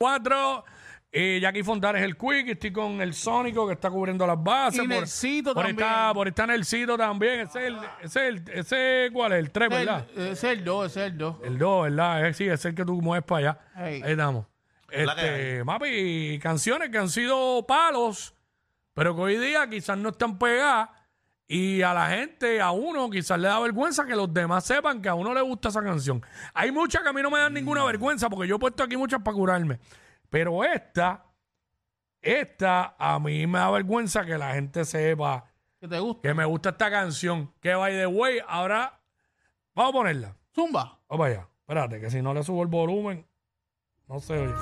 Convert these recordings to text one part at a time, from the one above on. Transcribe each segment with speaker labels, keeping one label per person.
Speaker 1: Cuatro. Eh, Jackie Fontana es el quick. Estoy con el Sónico que está cubriendo las bases.
Speaker 2: Y Nelsito
Speaker 1: por,
Speaker 2: también.
Speaker 1: Está, por estar en el sitio también. Ese es el, ese, es el- ese, ¿cuál es? El 3, ¿verdad?
Speaker 2: Ese es el 2, ese eh, es el 2.
Speaker 1: El 2, ¿verdad? Eh, sí, es el que tú mueves para allá.
Speaker 2: Ey.
Speaker 1: Ahí estamos.
Speaker 3: la que
Speaker 1: Este, papi, canciones que han sido palos, pero que hoy día quizás no están pegadas. Y a la gente, a uno, quizás le da vergüenza que los demás sepan que a uno le gusta esa canción. Hay muchas que a mí no me dan ninguna vergüenza, porque yo he puesto aquí muchas para curarme. Pero esta, esta, a mí me da vergüenza que la gente sepa
Speaker 2: Que te gusta.
Speaker 1: que me gusta esta canción. Que by the way, ahora vamos a ponerla.
Speaker 2: Zumba.
Speaker 1: Vamos allá. Espérate, que si no le subo el volumen, no se oye.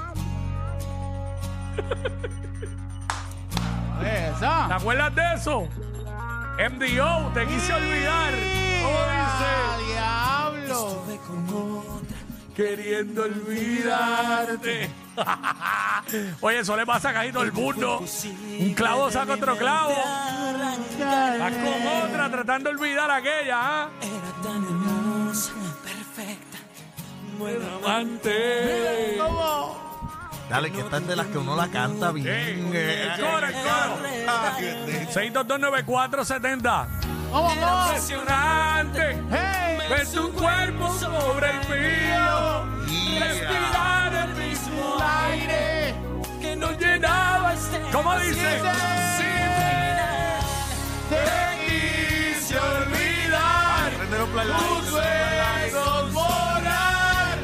Speaker 1: ¿Te
Speaker 2: Esa.
Speaker 1: acuerdas de eso? MDO, te quise olvidar. ¿Cómo
Speaker 2: ¡Ah, diablo!
Speaker 1: dice? Queriendo olvidarte. Oye, eso le pasa a Cajito el mundo. Un clavo saca otro clavo. Vas con otra tratando de olvidar aquella, ¿ah?
Speaker 4: Era tan hermosa, perfecta.
Speaker 1: Buen amante.
Speaker 3: Dale, que esta es de las que uno la canta bien.
Speaker 1: Sí.
Speaker 3: Eh,
Speaker 1: El coro, el coro.
Speaker 3: ay, bendito.
Speaker 1: 6229470.
Speaker 2: ¡Vamos, vamos!
Speaker 1: Impresionante.
Speaker 2: ¡Hey!
Speaker 1: Ves tu cuerpo sobre el mío, respirar el mismo
Speaker 2: ¡Aire!
Speaker 1: que nos llenaba. este- ¿Cómo dice? Si te quise olvidar,
Speaker 3: Prende los play-
Speaker 1: tus sueños volar,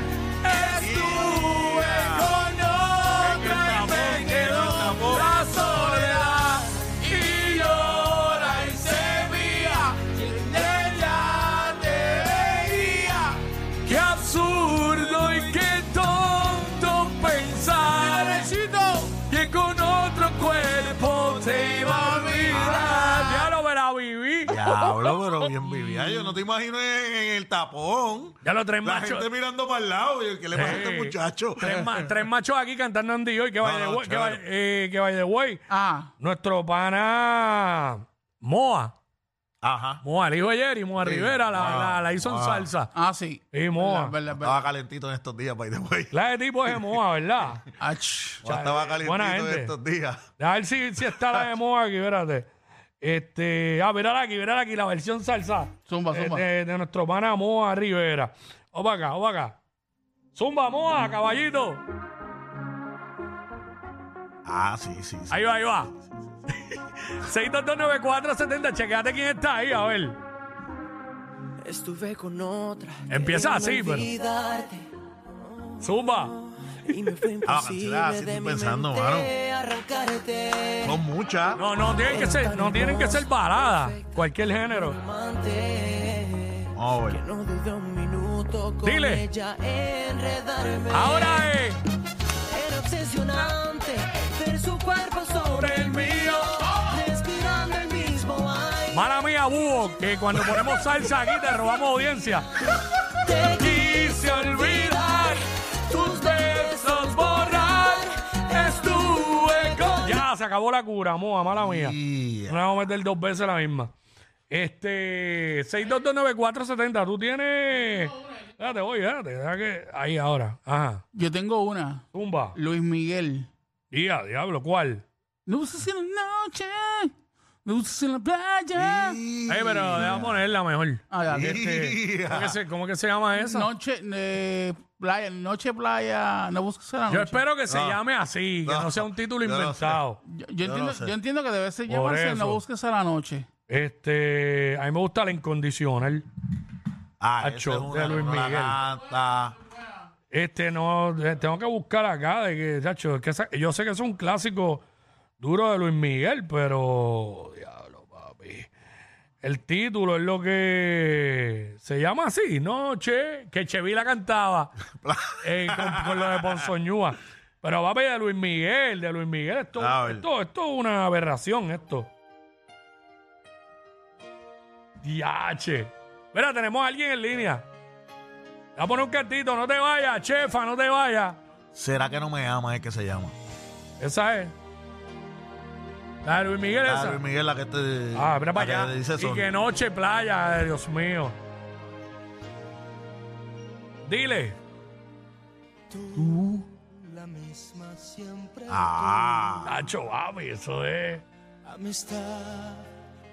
Speaker 1: estuve con otra y me quedó la soledad. Y llora y se mía, que ya te veía. Qué absurdo y qué tonto pensar que con otro cuerpo te iba a
Speaker 3: Ah.
Speaker 1: mirar. Ya lo verá vivir.
Speaker 3: Diablo, pero bien vivía. Yo no te imagino en, en el tapón.
Speaker 1: Ya lo tres
Speaker 3: La
Speaker 1: machos.
Speaker 3: gente mirando para el lado. Yo, ¿Qué le pasa a este
Speaker 1: Sí.
Speaker 3: muchacho?
Speaker 1: Tres, ma- tres machos aquí cantando Andy hoy. Que
Speaker 3: No,
Speaker 1: vaya de
Speaker 3: no,
Speaker 1: way. Que
Speaker 3: claro.
Speaker 1: by- eh, que by the way,
Speaker 2: Ah,
Speaker 1: Nuestro pana Moa.
Speaker 3: Ajá.
Speaker 1: Moa, el hijo de Jerry, Moa
Speaker 3: Sí,
Speaker 1: Rivera, la,
Speaker 3: Moa,
Speaker 1: la- la hizo en
Speaker 3: Moa.
Speaker 1: salsa.
Speaker 2: ah, sí.
Speaker 1: Y Moa.
Speaker 2: Verdad, verdad, verdad.
Speaker 3: Estaba calentito en estos días, by the way.
Speaker 1: La de tipo es de Moa, ¿verdad?
Speaker 2: Ach.
Speaker 3: Ya estaba
Speaker 1: buena
Speaker 3: calentito
Speaker 1: gente.
Speaker 3: en estos días.
Speaker 1: A ver si, si está la de Moa aquí, espérate. Este, ah, mirala aquí, mirala aquí, la versión salsa.
Speaker 2: Zumba,
Speaker 1: de-
Speaker 2: zumba.
Speaker 1: De, de nuestro pana Moa Rivera. O para acá, o para acá. Zumba, Moa, caballito.
Speaker 3: Ah, sí, sí. sí.
Speaker 1: Ahí va, ahí va. 6229470, chequeate quién está ahí, a ver.
Speaker 4: Estuve con otra.
Speaker 1: Empieza así,
Speaker 4: queriendo
Speaker 1: pero-
Speaker 4: olvidarte,
Speaker 1: Zumba.
Speaker 4: Y me fue
Speaker 3: Ah, cancelada,
Speaker 4: imposible
Speaker 3: sí,
Speaker 4: de
Speaker 3: estoy
Speaker 4: mi
Speaker 3: pensando,
Speaker 4: mente
Speaker 3: mano.
Speaker 4: arrancarte.
Speaker 1: Oh.
Speaker 3: Son muchas.
Speaker 1: No, no tienen que ser, no tienen que ser baladas. Cualquier género.
Speaker 4: Amante,
Speaker 3: Vamos a ver.
Speaker 4: que no dudé un minuto con
Speaker 1: Ah, Dile.
Speaker 4: ella enredarme.
Speaker 1: Ahora es
Speaker 4: Era obsesionante ver su cuerpo sobre el mío. Respirando el mismo aire.
Speaker 1: mala mía, búho, que cuando ponemos salsa aquí te robamos audiencia.
Speaker 4: Te
Speaker 1: Quise olvidar tus besos borrar. Estuve con. Ya, se acabó la cura, moa, mala mía.
Speaker 3: Y-
Speaker 1: No le vamos a meter dos veces la misma. Este, 6229470, tú tienes. Espérate, voy, espérate, deja que. Ahí ahora. Ajá.
Speaker 2: Yo tengo una.
Speaker 1: Tumba.
Speaker 2: Luis Miguel.
Speaker 1: Día, diablo, ¿cuál?
Speaker 2: Luces en la noche. Luces en la playa.
Speaker 3: y-
Speaker 1: Eh, pero deja ponerla mejor.
Speaker 2: Ah, ya, que-
Speaker 1: Este, ¿cómo, que
Speaker 3: Ya.
Speaker 1: se, cómo que se llama esa?
Speaker 2: Noche, eh, playa, noche, playa. No busques en la noche.
Speaker 1: Yo espero que se
Speaker 3: No.
Speaker 1: llame así, que no,
Speaker 3: No.
Speaker 1: sea un título
Speaker 3: Yo no sé.
Speaker 1: inventado.
Speaker 2: Yo, yo
Speaker 3: Yo
Speaker 2: entiendo,
Speaker 3: no sé.
Speaker 2: yo entiendo que debe ser
Speaker 1: Por
Speaker 2: llamarse No
Speaker 1: eso.
Speaker 2: busques a la noche.
Speaker 1: Este, a mí me gusta la incondicional.
Speaker 3: Ah,
Speaker 1: Acho,
Speaker 3: esa es una
Speaker 1: de Luis
Speaker 3: que uno la
Speaker 1: Miguel.
Speaker 3: canta.
Speaker 1: Este, no, eh, tengo que buscar acá de que, chacho, es que esa- yo sé que es un clásico duro de Luis Miguel, pero diablo, papi. El título es lo que se llama así, ¿no? Che, que Chevy la cantaba eh, con, con lo de Ponzoñúa. Pero papi, de Luis Miguel, de Luis Miguel, esto,
Speaker 3: A ver.
Speaker 1: esto, esto es una aberración, esto. Diache. Mira, tenemos a alguien en línea. Te Voy a poner un cantito, no te vayas, chefa, no te vayas.
Speaker 3: ¿Será que no me ama? Es que se llama.
Speaker 1: Esa es. La de Luis Miguel,
Speaker 3: Ah,
Speaker 1: esa.
Speaker 3: Luis Miguel, la que te.
Speaker 1: Ah, mira
Speaker 3: la
Speaker 1: para
Speaker 3: que
Speaker 1: allá.
Speaker 3: te dice
Speaker 1: y
Speaker 3: Sony.
Speaker 1: que noche, playa, eh, Dios mío. Dile.
Speaker 4: Tú, la misma siempre.
Speaker 3: Ah.
Speaker 1: Nacho, papi, eso es.
Speaker 4: tú. Amistad,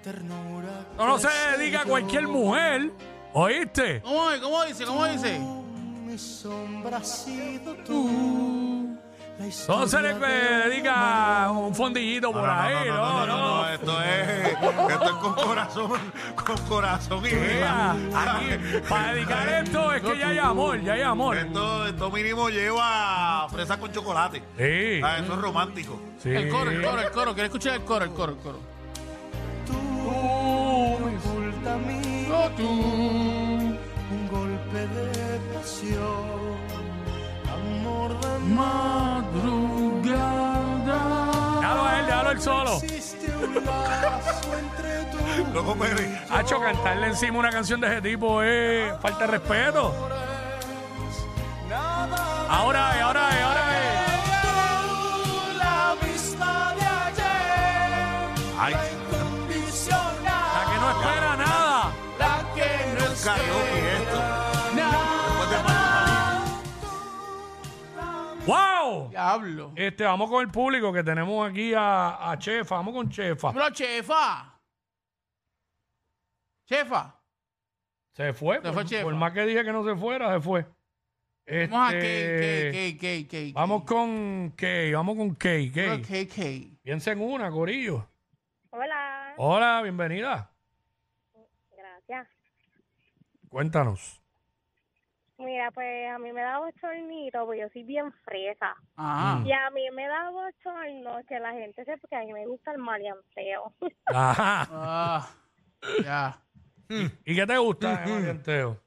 Speaker 4: ternura.
Speaker 1: No, no se dedica a cualquier mujer. ¿Oíste?
Speaker 2: ¿Cómo, es? ¿Cómo dice? ¿Cómo dice?
Speaker 4: Mi sombra ha sido tú. La
Speaker 1: No se le
Speaker 4: historia de un
Speaker 1: dedica un fondillito por ahí. No, no. eh.
Speaker 3: esto es, esto es con corazón, con corazón y
Speaker 1: Mira,
Speaker 3: vida.
Speaker 1: aquí, para dedicar esto es que ya hay amor, ya hay amor.
Speaker 3: Esto, esto mínimo lleva fresa con chocolate.
Speaker 1: Sí,
Speaker 3: Ah, eso es romántico.
Speaker 1: sí.
Speaker 2: El coro, el coro, el coro. Quiero escuchar el coro, el coro, el coro.
Speaker 4: oculta mí
Speaker 2: No,
Speaker 1: Oh,
Speaker 2: tú.
Speaker 4: un golpe de pasión, amor de
Speaker 2: Madrugada.
Speaker 1: Déjalo a él, déjalo a él solo.
Speaker 4: Existe un lazo entre tú
Speaker 3: Loco Pérez.
Speaker 1: Hacho, cantarle encima una canción de ese tipo es falta de respeto.
Speaker 4: Nada
Speaker 1: Ahora es, ahora es, ahora es.
Speaker 4: tú, la misma de ayer,
Speaker 3: Ay,
Speaker 1: La que
Speaker 4: condicional,
Speaker 1: no espera nada.
Speaker 4: la que no es
Speaker 3: karaoke esto. Después de
Speaker 1: ¡Wow!
Speaker 2: Diablo.
Speaker 1: Este, vamos con el público que tenemos aquí a, a Chefa. Vamos con Chefa.
Speaker 2: Pero, chefa. Chefa.
Speaker 1: Se fue.
Speaker 2: fue
Speaker 1: por,
Speaker 2: Chefa.
Speaker 1: por más que dije que no se fuera, se fue.
Speaker 2: Vamos a
Speaker 1: Este,
Speaker 2: Key, Key, Key, Key, Key.
Speaker 1: Vamos con Kay, vamos con Kay.
Speaker 2: Pero
Speaker 1: Kay.
Speaker 2: Key, Key.
Speaker 1: Piensa en una, Corillo.
Speaker 5: Hola,
Speaker 1: Hola, bienvenida.
Speaker 5: gracias.
Speaker 1: Cuéntanos.
Speaker 5: Mira, pues a mí me da bochornito, pues yo soy bien fresa.
Speaker 1: Mm.
Speaker 2: Ajá.
Speaker 5: Y a mí me da bochorno que la gente sepa que a mí me gusta el maleanteo.
Speaker 1: Ajá.
Speaker 2: Ah, ya.
Speaker 1: ¿Y qué te gusta de maleanteo?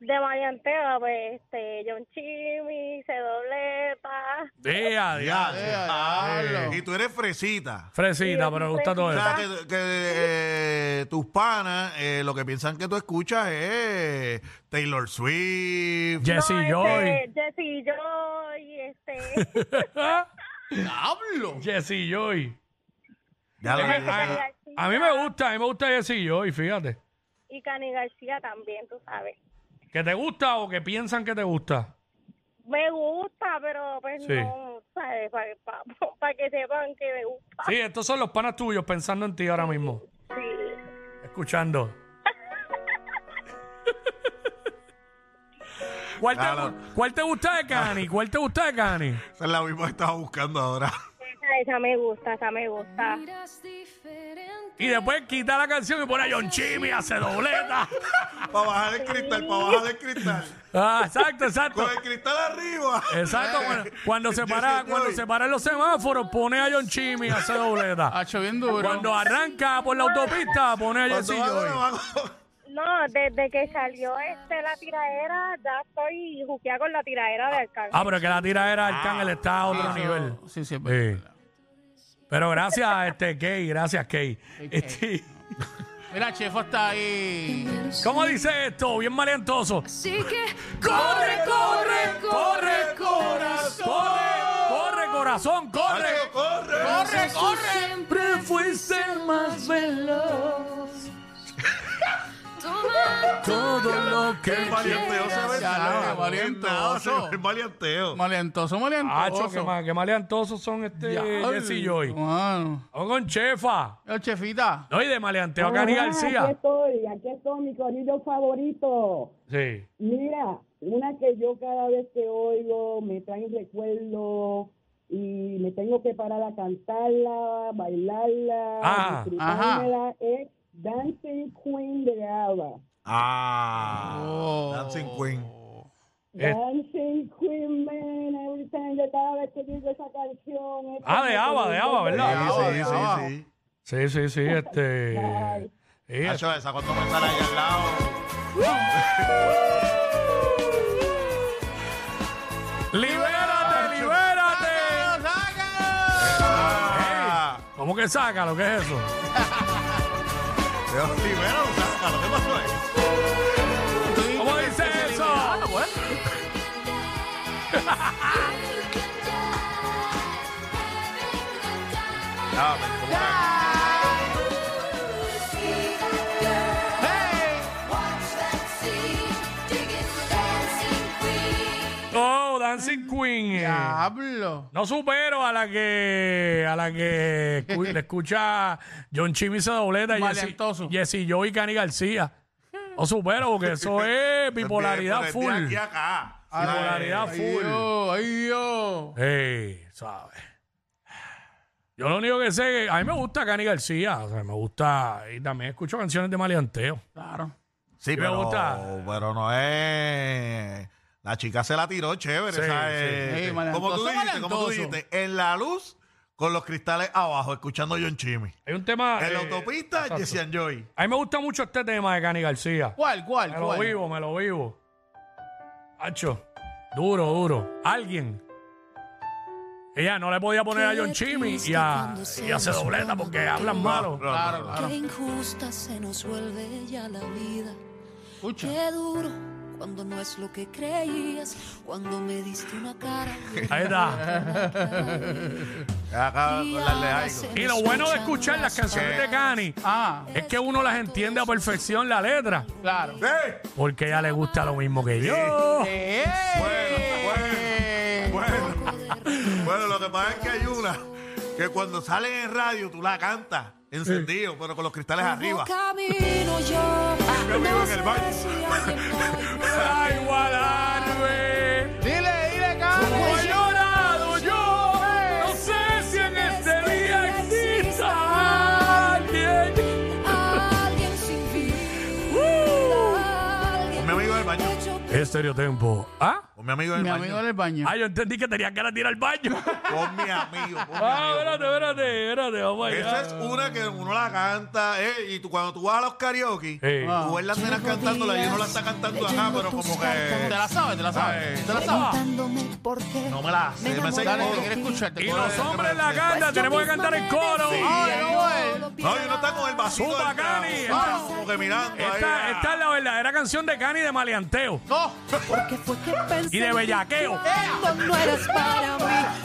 Speaker 5: De maleanteo, pues, este, John Chimmy, se dobleta.
Speaker 1: Día,
Speaker 3: Ya,
Speaker 1: día.
Speaker 3: ya.
Speaker 2: diablo.
Speaker 3: Y tú eres fresita.
Speaker 1: Fresita, pero me gusta todo
Speaker 3: O
Speaker 1: eso.
Speaker 3: sea, que, que, eh, tus panas eh, lo que piensan que tú escuchas es Taylor Swift.
Speaker 1: Jesse
Speaker 5: No,
Speaker 1: Joy.
Speaker 5: este, Jesse Joy, este,
Speaker 2: Diablo.
Speaker 1: Jesse Joy.
Speaker 3: Ya lo
Speaker 1: Eh,
Speaker 3: que-
Speaker 1: A, a mí me gusta, a mí me gusta Jesse Joy, fíjate.
Speaker 5: y Cani García también, tú sabes.
Speaker 1: ¿Que te gusta o que piensan que te gusta?
Speaker 5: Me gusta, pero pues
Speaker 1: Sí.
Speaker 5: no, ¿sabes? Para que sepan que me gusta.
Speaker 1: Sí, estos son los panas tuyos pensando en ti ahora mismo.
Speaker 5: Sí.
Speaker 1: Escuchando. ¿Cuál te,
Speaker 3: Claro.
Speaker 1: gu- cuál te gusta de Cani? ¿Cuál te gusta de Cani?
Speaker 3: Esa es la misma que estaba buscando ahora.
Speaker 5: Esa, esa me gusta, esa me gusta.
Speaker 1: Y después quita la canción y pone a John Chimmy, hace dobleta.
Speaker 3: para bajar el cristal, para bajar el cristal.
Speaker 1: Ah, exacto, exacto.
Speaker 3: Con el cristal arriba.
Speaker 1: Exacto, cuando, cuando se para,
Speaker 3: Jesse
Speaker 1: cuando
Speaker 3: Joy.
Speaker 1: se paran los semáforos, pone a John Chimmy, hace dobleta.
Speaker 2: Hacho Ah, bien duro.
Speaker 1: Cuando arranca por la autopista, pone a Jesse
Speaker 3: Cuando va,
Speaker 1: Joy.
Speaker 3: va, va.
Speaker 5: No, desde que salió este la tiradera, ya estoy juqueada con la tiradera de Arcángel.
Speaker 1: Ah, pero que la tira era Arcángel, está a
Speaker 3: Ah,
Speaker 1: otro nivel.
Speaker 2: Sí, pues. sí, es
Speaker 1: Sí.
Speaker 2: verdad.
Speaker 1: Pero gracias, este, Kay, gracias, Kay. Este,
Speaker 2: Mira, chefa está ahí.
Speaker 1: ¿Cómo dice esto? Bien maleantoso.
Speaker 6: Así que
Speaker 1: Corre, corre, corre, corazón. Corre, corre, corazón, corre.
Speaker 3: Nacho,
Speaker 2: ¡Corre,
Speaker 3: corre.
Speaker 2: corre!
Speaker 6: siempre fuiste más veloz. Toma
Speaker 1: Todo lo que
Speaker 3: El maleanteo se ve.
Speaker 2: Ya,
Speaker 3: nada,
Speaker 2: maleantoso.
Speaker 3: nada, se ve El maleanteo.
Speaker 2: Maleantoso,
Speaker 1: Hacho, que,
Speaker 2: maleantoso.
Speaker 1: ma- que maleantosos son este
Speaker 2: Diablo,
Speaker 1: Jesse Joy.
Speaker 2: mano.
Speaker 1: Vamos con Chefa.
Speaker 2: Yo, chefita.
Speaker 1: No, y de maleanteo a Cani
Speaker 7: Aquí
Speaker 1: García.
Speaker 7: estoy, aquí estoy, mi corrido favorito.
Speaker 1: Sí.
Speaker 7: Mira, una que yo cada vez que oigo me trae recuerdos y me tengo que parar a cantarla, bailarla,
Speaker 1: Ah,
Speaker 7: disfrutármela, es Dancing Queen de ABBA.
Speaker 3: Ah.
Speaker 2: Oh.
Speaker 3: Dancing Queen.
Speaker 1: Eh.
Speaker 7: Dancing Queen, man, every time, yo cada vez que digo esa canción... es
Speaker 1: Ah,
Speaker 7: como
Speaker 1: de
Speaker 7: que
Speaker 1: ABBA,
Speaker 7: me
Speaker 1: de ABBA,
Speaker 3: Sí,
Speaker 1: ¿verdad?
Speaker 2: Ya,
Speaker 3: sí,
Speaker 2: ya,
Speaker 3: sí,
Speaker 2: ya.
Speaker 3: sí.
Speaker 1: Sí, sí, sí, este.
Speaker 7: Ay.
Speaker 1: sí,
Speaker 3: Nacho, esa cuando me sale ahí al lado.
Speaker 1: ¡Libérate, libérate! ¿Cómo que saca lo que es eso?
Speaker 3: Pero primero, sácalo, ¿qué pasó ahí?
Speaker 1: ¿Cómo dice eso?
Speaker 3: Ah, me- como una-
Speaker 1: Oh, Dancing Queen. eh.
Speaker 2: Diablo.
Speaker 1: No supero a la que a la que escu- le escucha John Chimmy se dobleta y Jessy-
Speaker 2: Maleantoso.
Speaker 1: Jessy Joe y Cani García. No supero porque eso es bipolaridad
Speaker 3: Desde- desde
Speaker 1: full.
Speaker 3: aquí a acá.
Speaker 1: Bipolaridad
Speaker 2: Ay,
Speaker 1: full.
Speaker 2: Dios, ay, Dios.
Speaker 1: Ey, ¿sabes? Yo lo único que sé es que a mí me gusta Cani García. O sea, me gusta. Y también escucho canciones de maleanteo.
Speaker 2: Claro.
Speaker 3: Sí,
Speaker 1: me
Speaker 3: pero,
Speaker 1: gusta.
Speaker 3: pero no es. La chica se la tiró chévere,
Speaker 1: Sí,
Speaker 3: ¿sabes? Este,
Speaker 2: sí. Sí,
Speaker 3: como tú
Speaker 2: malentoso,
Speaker 3: dijiste, como tú
Speaker 2: malentoso.
Speaker 3: dijiste, en la luz, con los cristales abajo, escuchando a John Chimmy.
Speaker 1: Hay un tema.
Speaker 3: En la
Speaker 1: eh,
Speaker 3: autopista,
Speaker 1: exacto.
Speaker 3: Jesse and Joy.
Speaker 1: A mí me gusta mucho este tema de Cani García.
Speaker 2: ¿Cuál, cuál,
Speaker 1: Me lo
Speaker 2: cuál?
Speaker 1: vivo, me lo vivo. Hacho, duro, duro. Alguien. Ella no le podía poner a John Chimmy y a, y a C Dobleta porque hablan malo.
Speaker 2: Claro, claro.
Speaker 8: Qué injusta se nos vuelve ya la vida.
Speaker 2: Escucha.
Speaker 8: Qué duro cuando no es lo que creías, cuando me diste una cara.
Speaker 1: Ahí está.
Speaker 3: Acá
Speaker 8: Y
Speaker 3: con las de
Speaker 8: ahora
Speaker 3: algo.
Speaker 8: se
Speaker 1: Y
Speaker 8: me
Speaker 1: lo bueno de
Speaker 8: escuchan
Speaker 1: escuchar las canciones de Cani
Speaker 2: Ah,
Speaker 1: es que uno las entiende a perfección la letra
Speaker 2: claro.
Speaker 3: ¡Eh!
Speaker 1: porque a ella le gusta lo mismo que yo.
Speaker 2: Eh,
Speaker 3: Bueno, bueno, bueno. Bueno, lo que pasa es que hay una que cuando sale en radio tú la cantas encendido, pero con los cristales arriba.
Speaker 8: Camino yo.
Speaker 4: Ah,
Speaker 3: Yo vivo en el baño.
Speaker 8: No sé si alguien hoy
Speaker 1: Para igualarme,
Speaker 2: Dile, dile, Cami.
Speaker 1: como he llorado yo. No sé si en este día exista alguien.
Speaker 8: Alguien sin vida. Alguien
Speaker 3: Mi amigo del baño.
Speaker 8: hecho
Speaker 1: Estereotempo. ¿Ah?
Speaker 3: Con mi amigo del
Speaker 2: Mi
Speaker 3: baño.
Speaker 2: amigo del baño.
Speaker 1: Ah, yo entendí que tenía que ir al baño.
Speaker 3: Con mi amigo. Con mi
Speaker 1: ah,
Speaker 3: amigo.
Speaker 1: espérate, espérate, espérate, oh vamos
Speaker 3: Esa
Speaker 1: allá.
Speaker 3: es una que uno la canta, eh, y tú, cuando tú vas a los karaoke,
Speaker 1: Ey.
Speaker 3: tú ves las nenas cantándola y uno la está cantando acá, pero como
Speaker 2: Te
Speaker 3: que
Speaker 2: la sabes, te la sabes.
Speaker 3: Ay.
Speaker 2: Te la sabes.
Speaker 8: Preguntándome por qué.
Speaker 3: no me la sé, me sé el
Speaker 2: Dale, te
Speaker 3: coro.
Speaker 2: quiero escuchar. te
Speaker 1: Y
Speaker 2: quiero
Speaker 1: los
Speaker 2: escuchar.
Speaker 1: hombres en la
Speaker 8: Pues
Speaker 1: gana,
Speaker 8: yo
Speaker 1: tenemos que
Speaker 8: misma
Speaker 1: cantar el
Speaker 8: me
Speaker 1: coro.
Speaker 8: decía,
Speaker 2: Ay, no,
Speaker 8: yo lo
Speaker 3: No, y uno está con el vacío
Speaker 1: Zumba,
Speaker 3: del trago,
Speaker 1: Cani.
Speaker 3: está como que mirando ahí.
Speaker 1: Esta, esta es la verdadera canción de Cani de maleanteo.
Speaker 2: No.
Speaker 8: Porque fue que pensé
Speaker 1: Y de bellaqueo.
Speaker 8: que no eras para mí.